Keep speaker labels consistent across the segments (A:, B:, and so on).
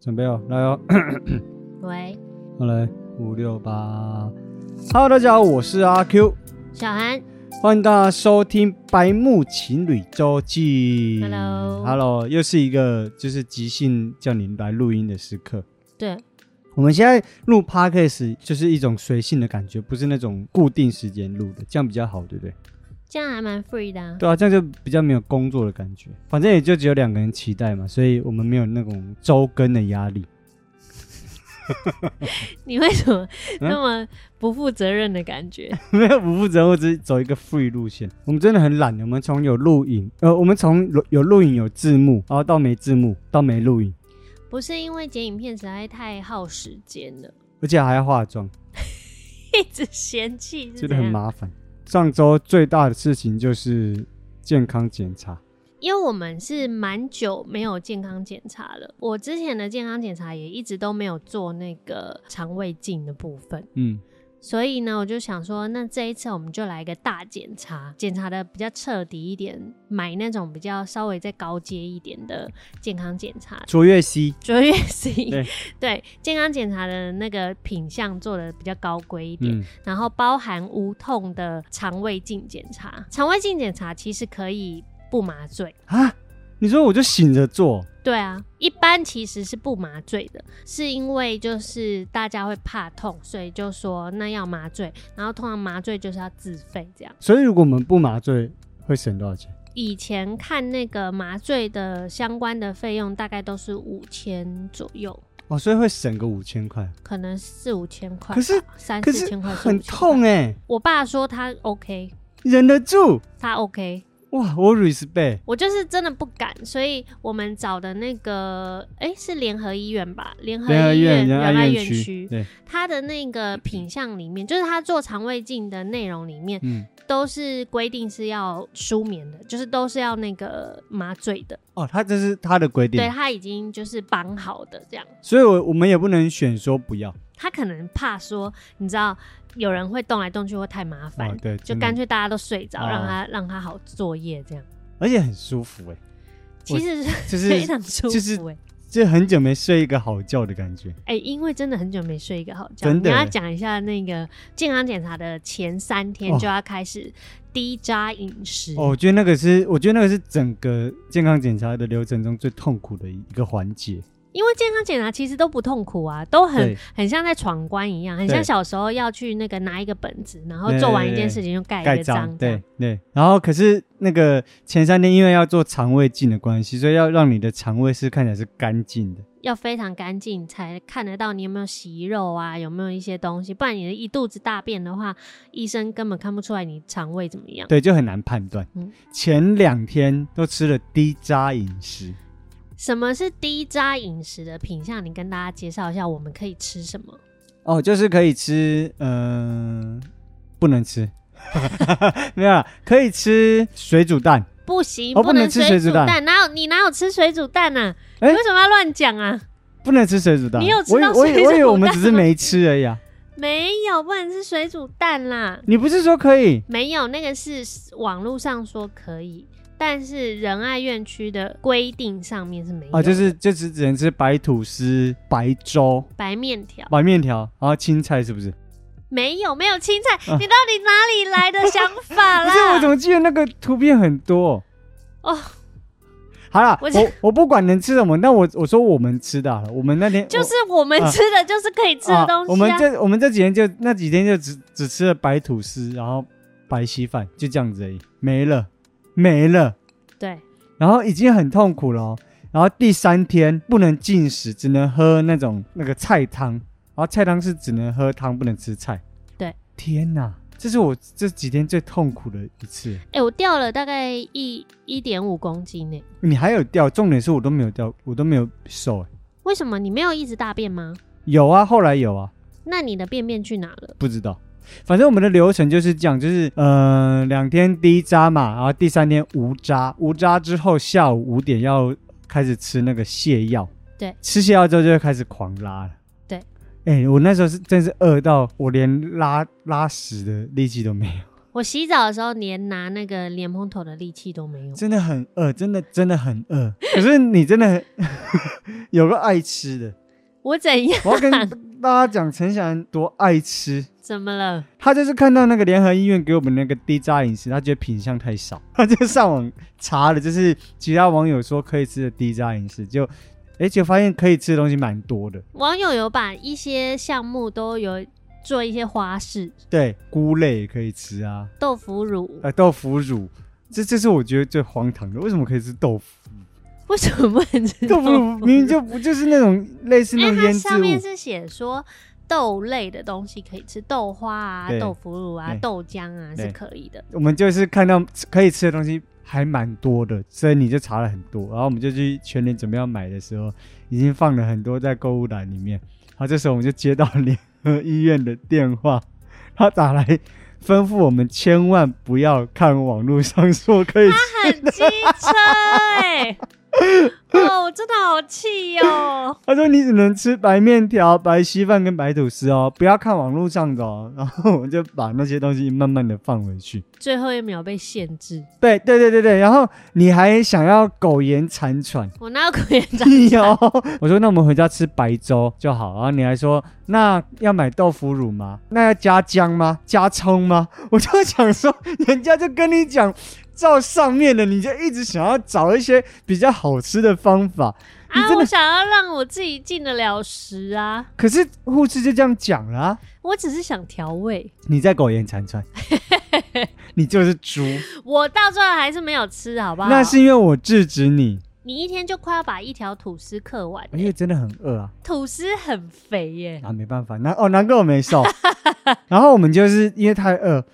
A: 准备哦，来哦，
B: 喂，
A: 好来，五六八。Hello，大家好，我是阿 Q，
B: 小韩，
A: 欢迎大家收听《白木情侣周记》。
B: Hello
A: Hello，又是一个就是即兴叫你来录音的时刻。
B: 对，
A: 我们现在录 podcast 就是一种随性的感觉，不是那种固定时间录的，这样比较好，对不对？
B: 这样还蛮 free 的、啊。
A: 对啊，这样就比较没有工作的感觉。反正也就只有两个人期待嘛，所以我们没有那种周更的压力。
B: 你为什么
A: 嗯
B: 那么不负责任的感觉？
A: 没有不负责任，我只是走一个 free 路线。我们真的很懒，我们从有录影，呃，我们从有录影有字幕，然后到没字幕，到没录影，
B: 不是因为剪影片实在太耗时间 了，
A: 而且还要化妆，
B: 一直嫌弃
A: 真
B: 是怎
A: 的很
B: 样？
A: 麻烦。上周最大的事情就是健康检查，
B: 因为我们是蛮久没有健康检查了，我之前的健康检查也一直都没有做那个肠胃镜的部分。
A: 嗯，
B: 所以呢，我就想说，那这一次我们就来一个大检查，检查的比较彻底一点，买那种比较稍微再高阶一点的健康检查
A: 卓越西，
B: 卓越 C，
A: 对
B: 对健康检查的那个品相做的比较高规一点，
A: 嗯，
B: 然后包含无痛的肠胃镜检查。肠胃镜检查其实可以不麻醉，
A: 啊，你说我就醒着做，
B: 对啊，一般其实是不麻醉的，是因为就是大家会怕痛，所以就说那要麻醉，然后通常麻醉就是要自费这样。
A: 所以如果我们不麻醉，会省多少钱？
B: 以前看那个麻醉的相关的费用大概都是五千左右，
A: 哦，所以会省个五千块，
B: 可能四五千块吧，
A: 可是
B: 三
A: 可
B: 四
A: 是
B: 千块，
A: 很
B: 4-5千块
A: 痛哎、
B: 我爸说他 OK，
A: 忍得住
B: 他 OK，
A: 哇，我 respect，
B: 我就是真的不敢，所以我们找的那个哎、诶是联合医院吧？联合
A: 联合医
B: 医
A: 院
B: 仁
A: 仁爱
B: 爱
A: 院
B: 院
A: 区，
B: 区，
A: 对，
B: 它的那个品项里面，就是它做肠胃镜的内容里面，
A: 嗯，
B: 都是规定是要舒眠的，就是都是要那个麻醉的，
A: 哦，他这是他的规定
B: 对，，啊他已经就是绑好的这样。
A: 所以我我们也不能选说不要，
B: 他可能怕说，你知道有人会动来动去会太麻烦，
A: 哦对
B: 就
A: 真的
B: 干脆大家都睡着，
A: 哦
B: 让他让他好作业这样。
A: 而且很舒服哎、
B: 其实是
A: 就
B: 非
A: 是
B: 常舒服、欸，
A: 就是 就很久没睡一个好觉的感觉，
B: 哎、因为真的很久没睡一个好觉，
A: 真的
B: 你要讲一下那个健康检查的前三天
A: 哦
B: 就要开始低渣饮食。
A: 哦，我觉得那个是我觉得那个是整个健康检查的流程中最痛苦的一个环节，
B: 因为健康检查其实都不痛苦啊，都很
A: 对
B: 很像在闯关一样，很
A: 对
B: 像小时候要去那个拿一个本子，然后
A: 对
B: 做完
A: 对
B: 一件
A: 对
B: 事情就盖一
A: 盖
B: 个章
A: 章，
B: 这样
A: 对。对，然后可是那个前三天因为要做肠胃镜的关系，所以要让你的肠胃是看起来是干净的，
B: 要非常干净才看得到你有没有息肉啊，有没有一些东西，不然你的一肚子大便的话，医生根本看不出来你肠胃怎么样。
A: 对，就很难判断。
B: 嗯
A: 前两天都吃了低渣饮食，
B: 什么是低渣饮食的品相？你跟大家介绍一下，我们可以吃什么？
A: 哦，就是可以吃，嗯、不能吃， 没有啦，啊可以吃水煮蛋。
B: 不行，
A: 哦
B: 不
A: 不
B: 能
A: 能吃水
B: 煮
A: 煮蛋
B: 哪有你哪有吃水煮蛋啊？
A: 哎
B: 你为什么要乱讲啊？
A: 不能吃水煮蛋，
B: 你有吃
A: 我以
B: 到
A: 我以
B: 水
A: 我以
B: 煮
A: 为我们
B: 蛋
A: 只是
B: 吗
A: 没吃而已啊！
B: 没有，不能吃水煮蛋啦。
A: 你不是说可以？
B: 没有，那个是网络上说可以，但是仁爱院区的规定上面是没有的。
A: 哦，就是就是只能吃白吐司、白粥、
B: 白面条。
A: 白面条，然后青菜是不是？
B: 没有没有青菜，
A: 啊
B: 你到底哪里来的想 法
A: 不是，我怎
B: 啦？
A: 么记得那个图片很多？
B: 哦，
A: 好啦，
B: 我
A: 我我不管能吃什么，那我我说我们吃的好了，我们那天
B: 就是我们
A: 啊
B: 吃的就是可以吃的东西、啊
A: 我们这我们这几天就那几天就只只吃了白吐司，然后白稀饭，就这样子而已，没了没了。
B: 对，
A: 然后已经很痛苦了、哦，然后第三天不能进食，只能喝那种那个菜汤，然后菜汤是只能喝汤，不能吃菜。
B: 对，
A: 天哪，这是我这几天最痛苦的一次。
B: 哎、我掉了大概一一点五公斤呢、
A: 你还有掉，重点是我都没有掉，我都没有瘦。哎
B: 为什么你没有一直大便吗？
A: 有啊，后来有啊，
B: 那你的便便去哪了？
A: 不知道。反正我们的流程就是这样，就是呃两天低渣嘛，然后第三天无渣，无渣之后下午五点要开始吃那个泻药，
B: 对，
A: 吃泻药之后就会开始狂拉了，
B: 对。
A: 哎、我那时候是真是饿到我连拉拉屎的力气都没有，
B: 我洗澡的时候连拿那个莲蓬头的力气都没有。
A: 真的很饿，真的真的很饿。可是你真的很 有个爱吃的，
B: 我怎样？
A: 我要跟大家讲陈小兰多爱吃。
B: 怎么了？
A: 他就是看到那个联合医院给我们那个低渣饮食，他觉得品相太少， 他就上网查了，就是其他网友说可以吃的低渣饮食，就而且发现可以吃的东西蛮多的，
B: 网友有把一些项目都有做一些花式，
A: 对，菇类也可以吃啊，
B: 豆腐乳，
A: 呃，豆腐乳，这这是我觉得最荒唐的，为什么可以吃豆腐？
B: 为什么不能吃
A: 豆腐乳
B: 腐
A: 明明就不就是那种类似那
B: 因为
A: 种
B: 它
A: 腌制
B: 上面
A: 物，
B: 是写说豆类的东西可以吃，豆花啊
A: 对、
B: 豆腐乳啊
A: 对、
B: 豆浆啊
A: 对
B: 是可以的。
A: 我们就是看到可以吃的东西还蛮多的，所以你就查了很多，然后我们就去全年准备要买的时候，已经放了很多在购物篮里面。然后这时候我们就接到联合医院的电话，他打来吩咐我们千万不要看网络上说可以吃，
B: 很机车哎、哦，我真的好气哦！
A: 他说你只能吃白面条、白稀饭跟白吐司哦，不要看网络上的哦。然后我们就把那些东西慢慢的放回去。
B: 最后一秒被限制，
A: 对对对对对，然后你还想要苟延残喘。
B: 我哪有口眼罩？
A: 有，我说那我们回家吃白粥就好。然后你还说那要买豆腐乳吗？那要加姜吗？加葱吗？我就想说，人家就跟你讲照上面的，你就一直想要找一些比较好吃的方法。 你
B: 啊，
A: 真的
B: 我想要让我自己进得了食啊，
A: 可是护士就这样讲啦、
B: 我只是想调味，
A: 你在苟延残 喘，你就是猪。
B: 我到最后还是没有吃，好不好？
A: 那是因为我制止你，
B: 你一天就快要把一条吐司嗑完了、
A: 因为真的很饿啊。
B: 吐司很肥耶、
A: 啊，没办法，难哦，难怪我没 瘦。然后我们就是因为太饿，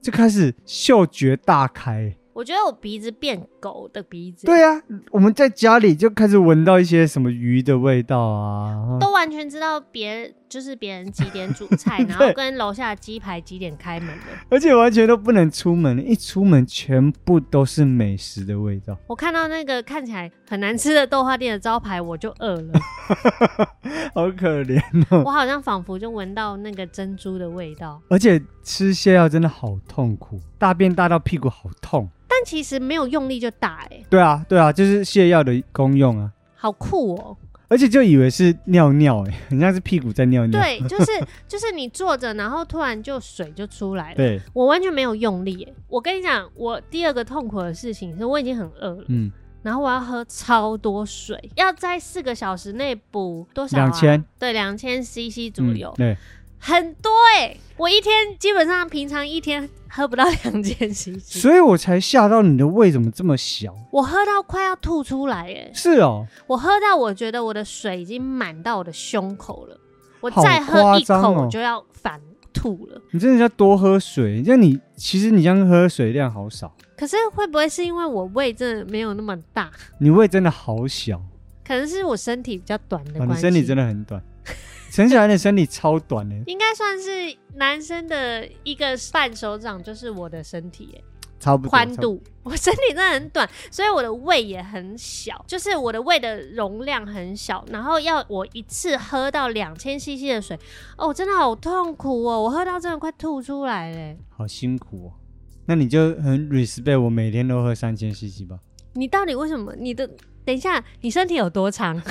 A: 就开始嗅觉大开。
B: 我觉得我鼻子变狗的鼻子，
A: 对啊，我们在家里就开始闻到一些什么鱼的味道啊，然 后
B: 都完全知道别就是别人几点煮菜，然后跟楼下的鸡排几点开门的。
A: 而且完全都不能出门，一出门全部都是美食的味道。
B: 我看到那个看起来很难吃的豆花店的招牌，我就 饿了。
A: 好可怜。
B: 我好像仿佛就闻到那个珍珠的味道，
A: 而且吃泻药真的好痛苦，大便大到屁股好痛。
B: 但其实没有用力就打、欸，
A: 对啊，对啊，就是泻药的功用啊。
B: 好酷哦、
A: 而且就以为是尿尿、欸，很像是屁股在尿尿。
B: 对，就是 就是你坐着，然后突然就水就出来了。
A: 对，
B: 我完全没有用力、欸，我跟你讲，我第二个痛苦的事情是我已经很饿了，
A: 嗯，
B: 然后我要喝超多水，要在四个小时内补多少、啊？
A: 2000，
B: 对，两千 CC 左右
A: 嗯，对。
B: 很多哎、我一天基本上平常一天喝不到两千 CC，
A: 所以我才吓到你的胃怎么这么小？
B: 我喝到快要吐出来哎、
A: 是哦，
B: 我喝到我觉得我的水已经满到我的胸口了，我
A: 好
B: 再喝
A: 夸
B: 一
A: 张
B: 口
A: 哦
B: 我就要反吐了。
A: 你真的要多喝水。像你，其实你这样喝水量好少，
B: 可是会不会是因为我胃真的没有那么大？
A: 你胃真的好小，
B: 可能是我身体比较短的
A: 啊、你
B: 关系。
A: 身体真的很短。陈小兰的身体超短 的，
B: 应该算是男生的一个半手掌，就是我的身体、欸、
A: 差不多
B: 宽。
A: 差不多
B: 度。 我身体真的很短，所以我的胃也很小，就是我的胃的容量很小。然后要我一次喝到两千 CC 的水，哦，真的好痛苦哦！我喝到真的快吐出来欸嘞、
A: 好辛苦哦。那你就很 respect 我每天都喝三千 cc 吧。
B: 你到底为什么？你的等一下，你身体有多长？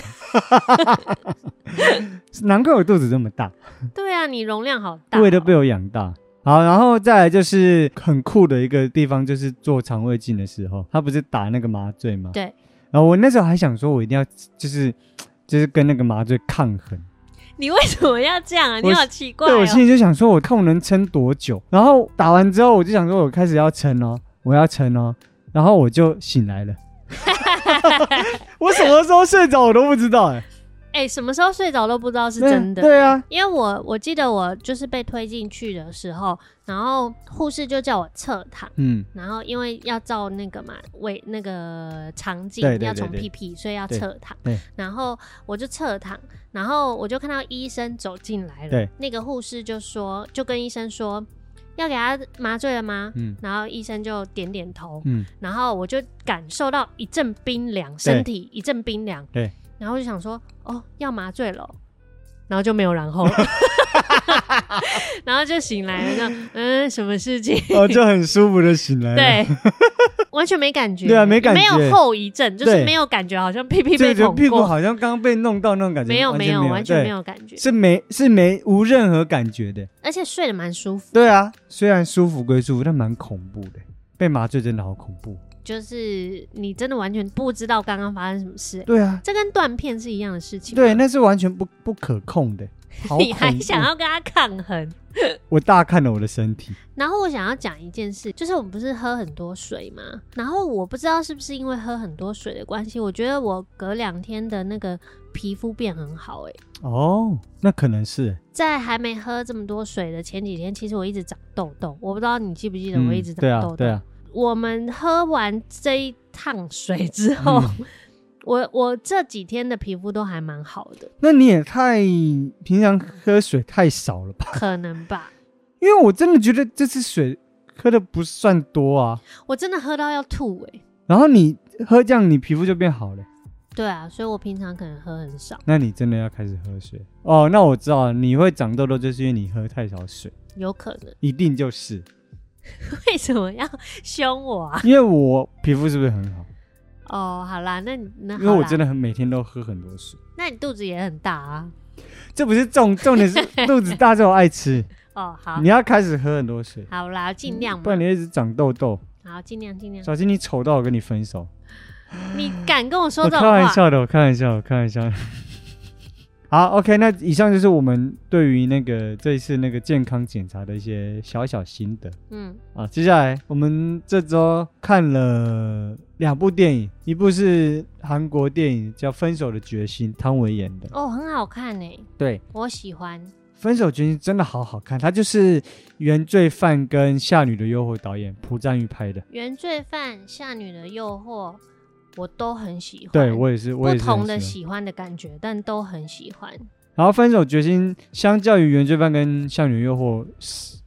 A: 难怪我肚子这么大，
B: 对啊，你容量好大、
A: 胃都被我养大。好，然后再来就是很酷的一个地方，就是做肠胃镜的时候，他不是打那个麻醉吗？
B: 对。
A: 然后我那时候还想说，我一定要就是就是跟那个麻醉抗衡。
B: 你为什么要这样啊？你
A: 我
B: 好奇怪、哦。
A: 对，我心里就想说，我看我能撑多久。然后打完之后，我就想说，我开始要撑哦，我要撑哦。然后我就醒来 了，我什么时候睡着我都不知道、哎，
B: 哎、什么时候睡着都不知道是真的。
A: 对啊，
B: 因为我我记得我就是被推进去的时候，然后护士就叫我侧躺，
A: 嗯，
B: 然后因为要照那个嘛胃那个肠镜
A: 对对
B: 要
A: 对
B: 从
A: 对
B: 屁屁，所以要
A: 对
B: 侧躺
A: 对。
B: 然后我就侧躺，然后我就看到医生走进来了
A: 对，
B: 那个护士就说，就跟医生说要给他麻醉了吗？
A: 嗯
B: 然后医生就点点头，
A: 嗯，
B: 然后我就感受到一阵冰凉，身体一阵冰凉，
A: 对，
B: 然后就想说，哦，要麻醉了哦，然后就没有然后了， 然后就醒来了，就嗯，什么事情？
A: 哦，就很舒服的醒来了。
B: 对，完全没感觉，
A: 哎对啊没感觉
B: 没有后遗症，就是
A: 对
B: 没有感觉，好像屁屁被
A: 就觉得
B: 捅
A: 屁股
B: 过，
A: 好像刚刚被弄到那种感觉，
B: 没有
A: 完
B: 没
A: 全
B: 有，
A: 没有，
B: 完全没
A: 对，
B: 有感觉，
A: 是没是没无任何感觉的。
B: 而且睡得蛮舒服，
A: 对啊，虽然舒服归舒服，但蛮恐怖的。被麻醉真的好恐怖。
B: 就是你真的完全不知道刚刚发生什么事，
A: 对啊，
B: 这跟断片是一样的事情。
A: 对，，那是完全不不可控 的。好
B: 你还
A: 恐怖
B: 想要跟他抗衡？
A: 我大看了我的身体，
B: 然后我想要讲一件事，就是我们不是喝很多水吗？然后我不知道是不是因为喝很多水的关系，我觉得我隔两天的那个皮肤变很好、欸，
A: 哦，那可能是
B: 在还没喝这么多水的前几天，其实我一直长痘痘，我不知道你记不记得
A: 嗯
B: 我一直长
A: 对啊
B: 痘痘。
A: 对啊，
B: 我们喝完这一趟水之后，
A: 嗯
B: 我我这几天的皮肤都还蛮好的，
A: 那你也太平常喝水太少了吧？
B: 可能吧。
A: 因为我真的觉得这次水喝的不算多啊。
B: 我真的喝到要吐哎、
A: 然后你喝这样，你皮肤就变好了。
B: 对啊，所以我平常可能喝很少，
A: 那你真的要开始喝水哦。那我知道了你会长痘痘，就是因为你喝太少水，
B: 有可能。
A: 一定就是。
B: 为什么要凶我啊？
A: 因为我皮肤是不是很好？
B: 哦，好啦，那你那
A: 因为我真的
B: 的，
A: 很每天都喝很多水，
B: 那你肚子也很大啊。
A: 这不是重重点 是肚子大之后爱吃，
B: 哦，好嗯
A: 你，要开始喝很多水，
B: 好啦，尽量
A: 不
B: 嘛
A: 然，你一直长痘痘，
B: 好，尽量尽量。
A: 小心你丑到我跟你分手。
B: 你敢跟我说
A: 我
B: 这种
A: 开玩
B: 话？
A: 笑的，我开玩笑，我开玩笑 的。好，OK，那以上就是我们对于那个这一次那个健康检查的一些小小心得
B: 嗯，
A: 啊。接下来我们这周看了两部电影，一部是韩国电影叫《分手的决心》，汤唯演的。
B: 哦，很好看呢，
A: 对，《
B: 我喜欢。
A: 分手决心》真的好好看，它就是《原罪犯》跟《夏女的诱惑》导演朴赞玉拍的。
B: 原罪犯、夏女的诱惑，我都很喜欢。
A: 对我也是，我也
B: 不
A: 是很
B: 同的
A: 喜欢
B: 喜欢的感觉，但都很喜欢，
A: 然后分手决心，相较于原罪犯跟少女诱惑，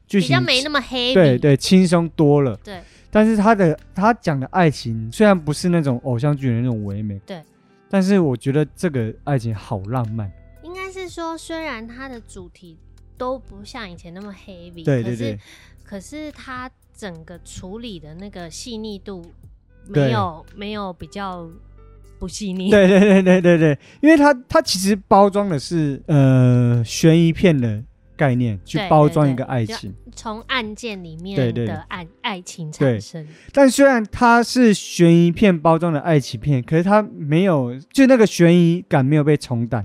A: 剧
B: 比
A: 情
B: 较没那么黑。
A: 对对轻松多了。
B: 对，
A: 但是他的他讲的爱情虽然不是那种偶像剧的那种唯美，
B: 对，
A: 但是我觉得这个爱情好浪漫。
B: 应该是说，虽然它的主题都不像以前那么 heavy，
A: 对对对，
B: 可是可是它整个处理的那个细腻度
A: 对
B: 没有没有比较不细腻。
A: 对对对对对对，因为他他其实包装的是呃悬疑片的概念去
B: 对
A: 包
B: 对
A: 装
B: 对
A: 一个爱
B: 就
A: 情，
B: 从案件里面
A: 对对对
B: 的爱爱情
A: 对
B: 产生，
A: 但虽然它是悬疑片包装的爱情片，可是它没有，就那个悬疑感没有被冲淡，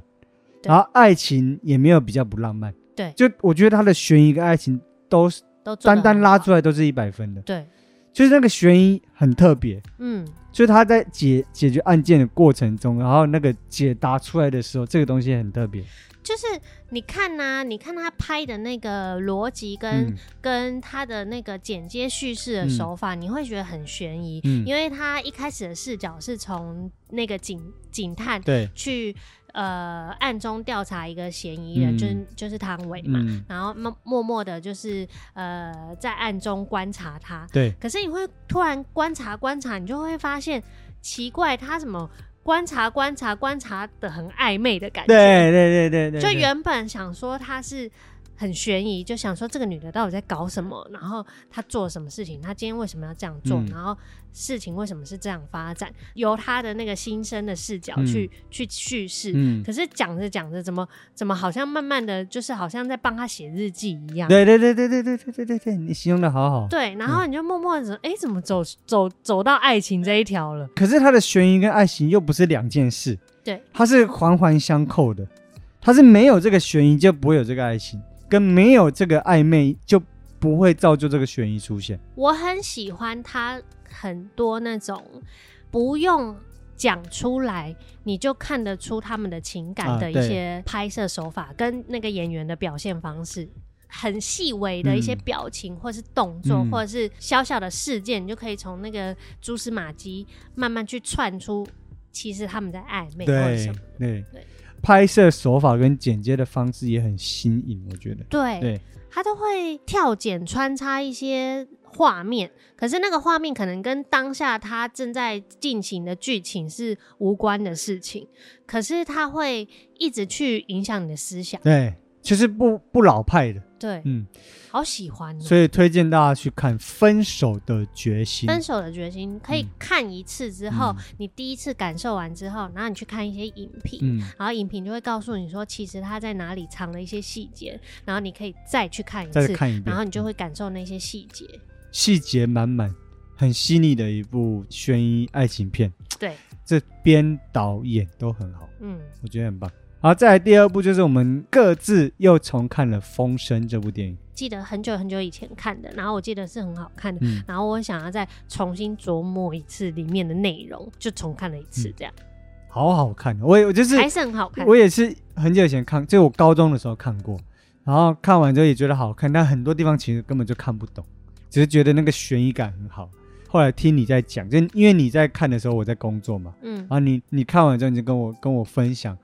B: 对
A: 然后爱情也没有比较不浪漫。
B: 对
A: 就我觉得它的悬疑跟爱情都是
B: 都做得
A: 单单
B: 很
A: 拉
B: 好
A: 出来都是一百分的，
B: 对，
A: 就是那个悬疑很特别，
B: 嗯，
A: 就是他在解解决案件的过程中，然后那个解答出来的时候，这个东西很特别。
B: 就是你看呐、你看他拍的那个逻辑跟、
A: 嗯
B: 跟他的那个剪接叙事的手法，你会觉得很悬疑，
A: 嗯，
B: 因为他一开始的视角是从那个警警探
A: 对，
B: 去呃暗中调查一个嫌疑人，
A: 嗯
B: 就是就是汤唯嘛，
A: 嗯，
B: 然后默默默的就是呃在暗中观察他，
A: 对，
B: 可是你会突然观察观察，你就会发现奇怪，他怎么观察观察观察的很暧昧的感觉，
A: 对对对对对，
B: 就
A: 对
B: 原本想说她是很悬疑，就想说这个女的到底在搞什么，然后她做了什么事情，她今天为什么要这样做，
A: 嗯
B: 然后事情为什么是这样发展，由她的那个新生的视角
A: 嗯
B: 去、去叙事。
A: 嗯，
B: 可是讲着讲着，怎么怎么好像慢慢的就是好像在帮她写日记一样。
A: 对对对对对对对对对对，你形容的好好。
B: 对，然后你就默默的，哎、怎么走走走到爱情这一条了？
A: 可是它的悬疑跟爱情又不是两件事，
B: 对，
A: 它是环环相扣的。它是没有这个悬疑就不会有这个爱情，跟没有这个暧昧就不会造就这个悬疑出现。
B: 我很喜欢他很多那种不用讲出来，你就看得出他们的情感
A: 啊
B: 的一
A: 对
B: 些拍摄手法、跟那个演员的表现方式。很细微的一些
A: 嗯
B: 表情，或是动作，
A: 嗯
B: 或者是小小的事件，你就可以从那个蛛丝马迹慢慢去串出，其实他们在暧昧或者什
A: 对
B: 么。
A: 对
B: 对，
A: 拍摄手法跟剪接的方式也很新颖，我觉得。
B: 对，
A: 对
B: 他都会跳剪穿插一些画面，可是那个画面可能跟当下他正在进行的剧情是无关的事情，可是他会一直去影响你的思想。
A: 对就是不不老派的，
B: 对，
A: 嗯，
B: 好喜欢哦、
A: 所嗯以推荐大家去看《分手的决心》。
B: 分手的决心可以
A: 嗯
B: 看一次之后，
A: 嗯
B: 你第一次感受完之后，然后你去看一些影评，
A: 嗯，
B: 然后影评就会告诉你说，其实他在哪里藏了一些细节，然后你可以再去看一
A: 再
B: 次，
A: 看一遍嗯
B: 然后，你就会感受那些细节。
A: 细节满满、很细腻的一部悬疑爱情片。
B: 对，
A: 这编导演都很好，
B: 嗯，
A: 我觉得很棒。好，再来第二部就是我们各自又重看了《风声》这部电影。
B: 记得很久很久以前看的，然后我记得是很好看的，
A: 嗯，
B: 然后我想要再重新琢磨一次里面的内容，就重看了一次，这样、
A: 好好看，我也我嗯就是
B: 还是很好看
A: 我。也是很久以前看，就我高中的时候看过，然后看完之后也觉得好看，但很多地方其实根本就看不懂，只是觉得那个悬疑感很好。后来听你在讲，就因为你在看的时候我在工作嘛，
B: 嗯
A: 然，后你你看完之后你就跟我跟我分享，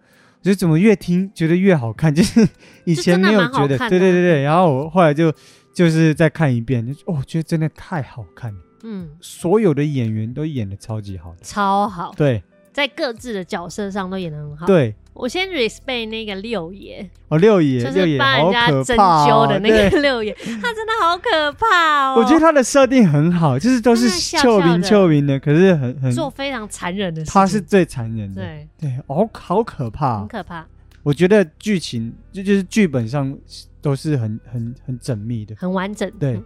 A: 我就怎么越听觉得越好看，就是以前没有
B: 就真的蛮
A: 觉
B: 好
A: 得，
B: 看的啊
A: 对对对对。然后我后来就就是再看一遍，就哦，觉得真的太好看了，
B: 嗯，
A: 所有的演员都演的超级好的，
B: 超好，
A: 对
B: 在各自的角色上都演得很好。，
A: 对。
B: 我先 respect 那个六爷，
A: 哦，六爷，
B: 就
A: 六
B: 是
A: 爷
B: 帮
A: 好
B: 人家
A: 可
B: 针
A: 怕哦
B: 灸的那
A: 对
B: 个六爷，他真的好可怕哦！
A: 我觉得他的设定很好，就是都是
B: 真的笑
A: 臭名
B: 笑的
A: 臭名的，可是很很，
B: 做非常残忍的事情，
A: 他是最残忍的，
B: 对，
A: 对，好好可怕
B: 很
A: 哦。
B: 可怕，
A: 我觉得剧情就就是剧本上都是很很很缜密的，
B: 很完整。
A: 对
B: 嗯，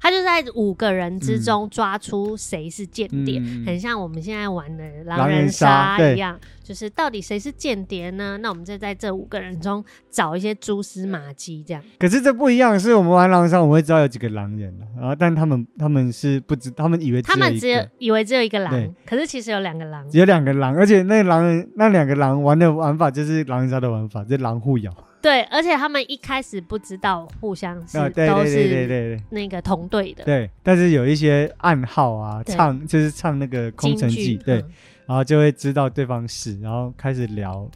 B: 他就在五个人之中抓出谁是间谍，
A: 嗯
B: 很像我们现在玩的
A: 狼
B: 狼
A: 人
B: 人
A: 杀
B: 杀
A: 对
B: 一样，就是到底谁是间谍呢？那我们就在这五个人中找一些蛛丝马迹，这样。
A: 可是这不一样，是我们玩狼人杀，我们会知道有几个狼人啊，然后但他们他们是不知，他们以为
B: 他
A: 有
B: 们
A: 一
B: 只有
A: 个。
B: 以为只有一个
A: 对
B: 狼，可是其实有两个狼
A: 只。有两个狼，而且那个狼人那两个狼玩的玩法就是狼人杀的玩法，就是狼互咬。
B: 对，而且他们一开始不知道互相是
A: 啊，对对
B: 都
A: 对对对
B: 是
A: 对
B: 那个同队的
A: 对。但是有一些暗号啊，
B: 对
A: 唱就是唱那个空
B: 京
A: 城
B: 剧
A: 计，对，
B: 嗯
A: 然后就会知道对方是，然后开始聊，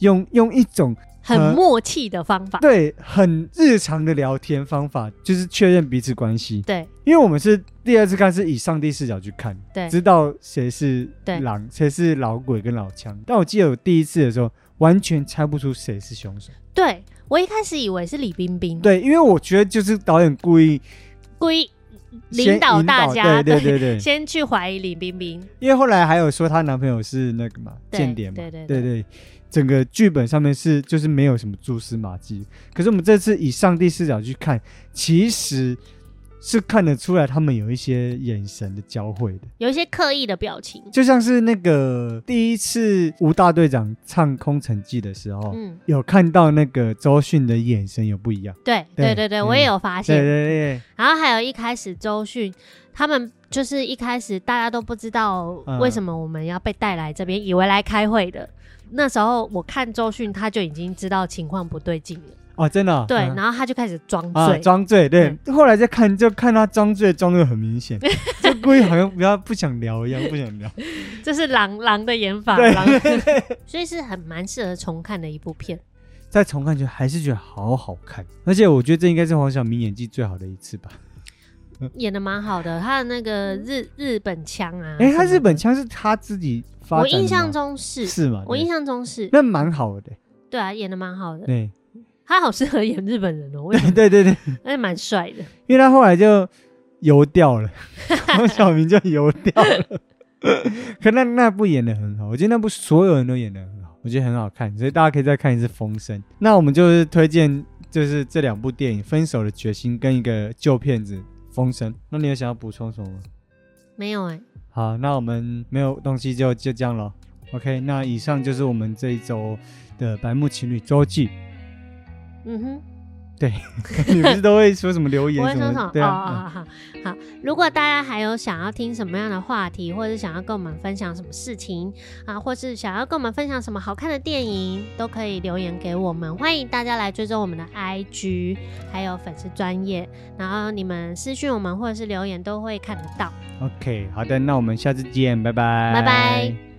A: 用用一种呃
B: 很默契的方法。
A: 对很日常的聊天方法，就是确认彼此关系。
B: 对
A: 因为我们是第二次看，是以上帝视角去看，
B: 对
A: 知道谁是
B: 对
A: 狼，谁是老鬼跟老枪。但我记得我第一次的时候，完全猜不出谁是凶手。
B: 对，我一开始以为是李冰冰，
A: 对，因为我觉得就是导演故意
B: 故意
A: 先
B: 领导大
A: 引
B: 家，
A: 对对对对，
B: 先去怀疑李冰冰，
A: 因为后来还有说她男朋友是那个嘛
B: 对
A: 间谍嘛，
B: 对对
A: 对对，整个剧本上面是就是没有什么蛛丝马迹。可是我们这次以上帝视角去看，其实是看得出来他们有一些眼神的交汇的，
B: 有一些刻意的表情。
A: 就像是那个第一次吴大队长唱《空城计》的时候，
B: 嗯，
A: 有看到那个周迅的眼神有不一样。
B: 对
A: 对
B: 对对对，
A: 嗯
B: 我也有发
A: 对
B: 现。
A: 对
B: 然后还有一开始周迅他们就是一开始大家都不知道
A: 嗯
B: 为什么我们要被带来这边，以为来开会的。那时候我看周迅，他就已经知道情况不对劲了，
A: 对，哦，真的哦、
B: 对，
A: 嗯
B: 然后他就开始装
A: 啊，
B: 醉，
A: 装醉，对。后来再看，就看他装醉，装的很明显，就故意好像不要不想聊一样，不想聊。
B: 这是狼狼的演法，
A: 对
B: 狼， 所以是很蛮适合重看的一部片。
A: 再重看，觉得还是觉得好好看，而且我觉得这应该是黄晓明演技最好的一次吧。嗯
B: 演的蛮好的，他的那个日日本腔啊，
A: 哎、他
B: 什么的
A: 日本，腔是他自己发
B: 我
A: 展的吗
B: 印象中是，
A: 是吗？
B: 我
A: 对
B: 印象中是，
A: 那蛮好的，
B: 对啊，演的蛮好的，
A: 对
B: 他好适合演日本人哦，为什 么？
A: 对对对，
B: 而且蛮帅的，
A: 因为他后来就游掉了， 黄晓明就游掉了。可那那部演的很好，我觉得那部所有人都演的很好，我觉得很好看，所以大家可以再看一次《风声》。那我们就是推荐就是这两部电影《分手的决心》跟一个旧片子《风声》。那你有想要补充什么吗？
B: 没有哎、
A: 好，那我们没有东西就就这样了。OK，那以上就是我们这一周的白木情侣周记。
B: 嗯哼，
A: 你不是都会说什么留言
B: 我会
A: 什么
B: 说什
A: 的？
B: 么？
A: 对
B: 哦
A: 啊，
B: 哦，好好好。如果大家还有想要听什么样的话题，或者想要跟我们分享什么事情啊，或是想要跟我们分享什么好看的电影，都可以留言给我们。欢迎大家来追踪我们的 IG，还有粉丝专业，然后你们私讯我们或者是留言都会看得到。
A: 嗯 OK，好的，那我们下次见，拜拜，
B: 拜拜。